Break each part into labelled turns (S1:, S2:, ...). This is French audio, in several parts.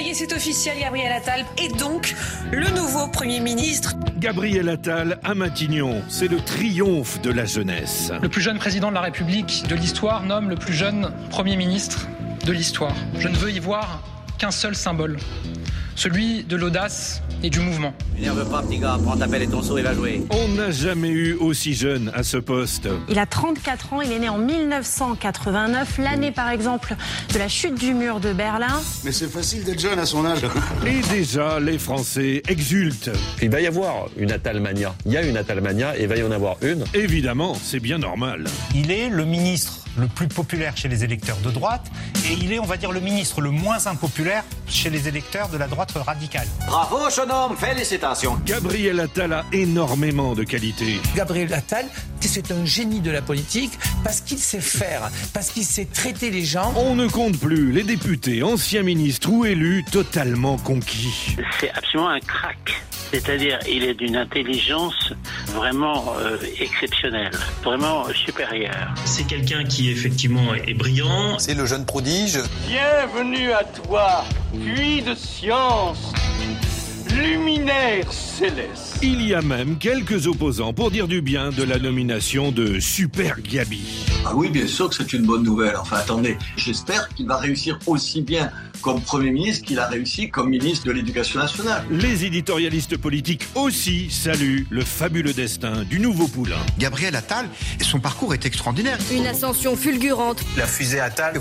S1: y c'est officiel, Gabriel Attal est donc le nouveau Premier ministre.
S2: Gabriel Attal à Matignon, c'est le triomphe de la jeunesse.
S3: Le plus jeune président de la République de l'histoire nomme le plus jeune Premier ministre de l'histoire. Je ne veux y voir qu'un seul symbole, celui de l'audace et du mouvement.
S4: N'énerve pas, petit gars, prends ta pelle et ton seau et va jouer.
S2: On n'a jamais eu aussi jeune à ce poste.
S5: Il a 34 ans, il est né en 1989, l'année par exemple de la chute du mur de Berlin.
S6: Mais c'est facile d'être jeune à son âge.
S2: Et déjà, les Français exultent.
S7: Il va y avoir une Atalmania. Il y a une Atalmania et il va y en avoir une.
S2: Évidemment, c'est bien normal.
S8: Il est le ministre le plus populaire chez les électeurs de droite et il est, on va dire, le ministre le moins impopulaire chez les électeurs de la droite radicale.
S4: Bravo, jeune homme, félicitations.
S2: Gabriel Attal a énormément de qualités.
S9: Gabriel Attal, c'est un génie de la politique parce qu'il sait faire, parce qu'il sait traiter les gens.
S2: On ne compte plus les députés, anciens ministres ou élus totalement conquis.
S10: C'est absolument un crack. C'est-à-dire, il est d'une intelligence vraiment euh, exceptionnelle, vraiment supérieure.
S11: C'est quelqu'un qui effectivement est brillant.
S12: C'est le jeune prodige.
S13: Bienvenue à toi, puits de science. Luminaire céleste.
S2: Il y a même quelques opposants pour dire du bien de la nomination de Super Gabi.
S14: Ah oui, bien sûr que c'est une bonne nouvelle. Enfin, attendez, j'espère qu'il va réussir aussi bien comme Premier ministre qu'il a réussi comme ministre de l'Éducation nationale.
S2: Les éditorialistes politiques aussi saluent le fabuleux destin du nouveau poulain.
S15: Gabriel Attal, son parcours est extraordinaire.
S16: Une ascension fulgurante.
S17: La fusée Attal.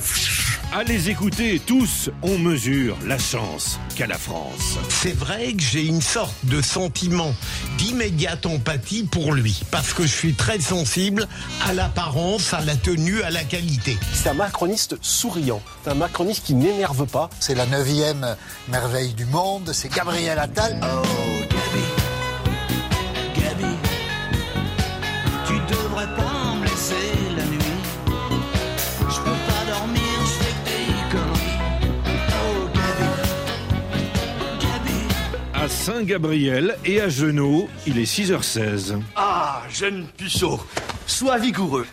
S2: À les écouter tous, on mesure la chance qu'a la France.
S18: C'est vrai que j'ai une sorte de sentiment d'immédiate empathie pour lui, parce que je suis très sensible à l'apparence, à la tenue, à la qualité.
S19: C'est un macroniste souriant, c'est un macroniste qui n'énerve pas.
S20: C'est la neuvième merveille du monde, c'est Gabriel Attal.
S1: Oh, Gabi, Gabi, tu devrais pas me laisser la nuit. Je peux pas dormir, je fais des conneries. Oh, Gabi, Gabi.
S2: À Saint-Gabriel et à Genoux, il est 6h16.
S7: Ah, jeune puceau, sois vigoureux.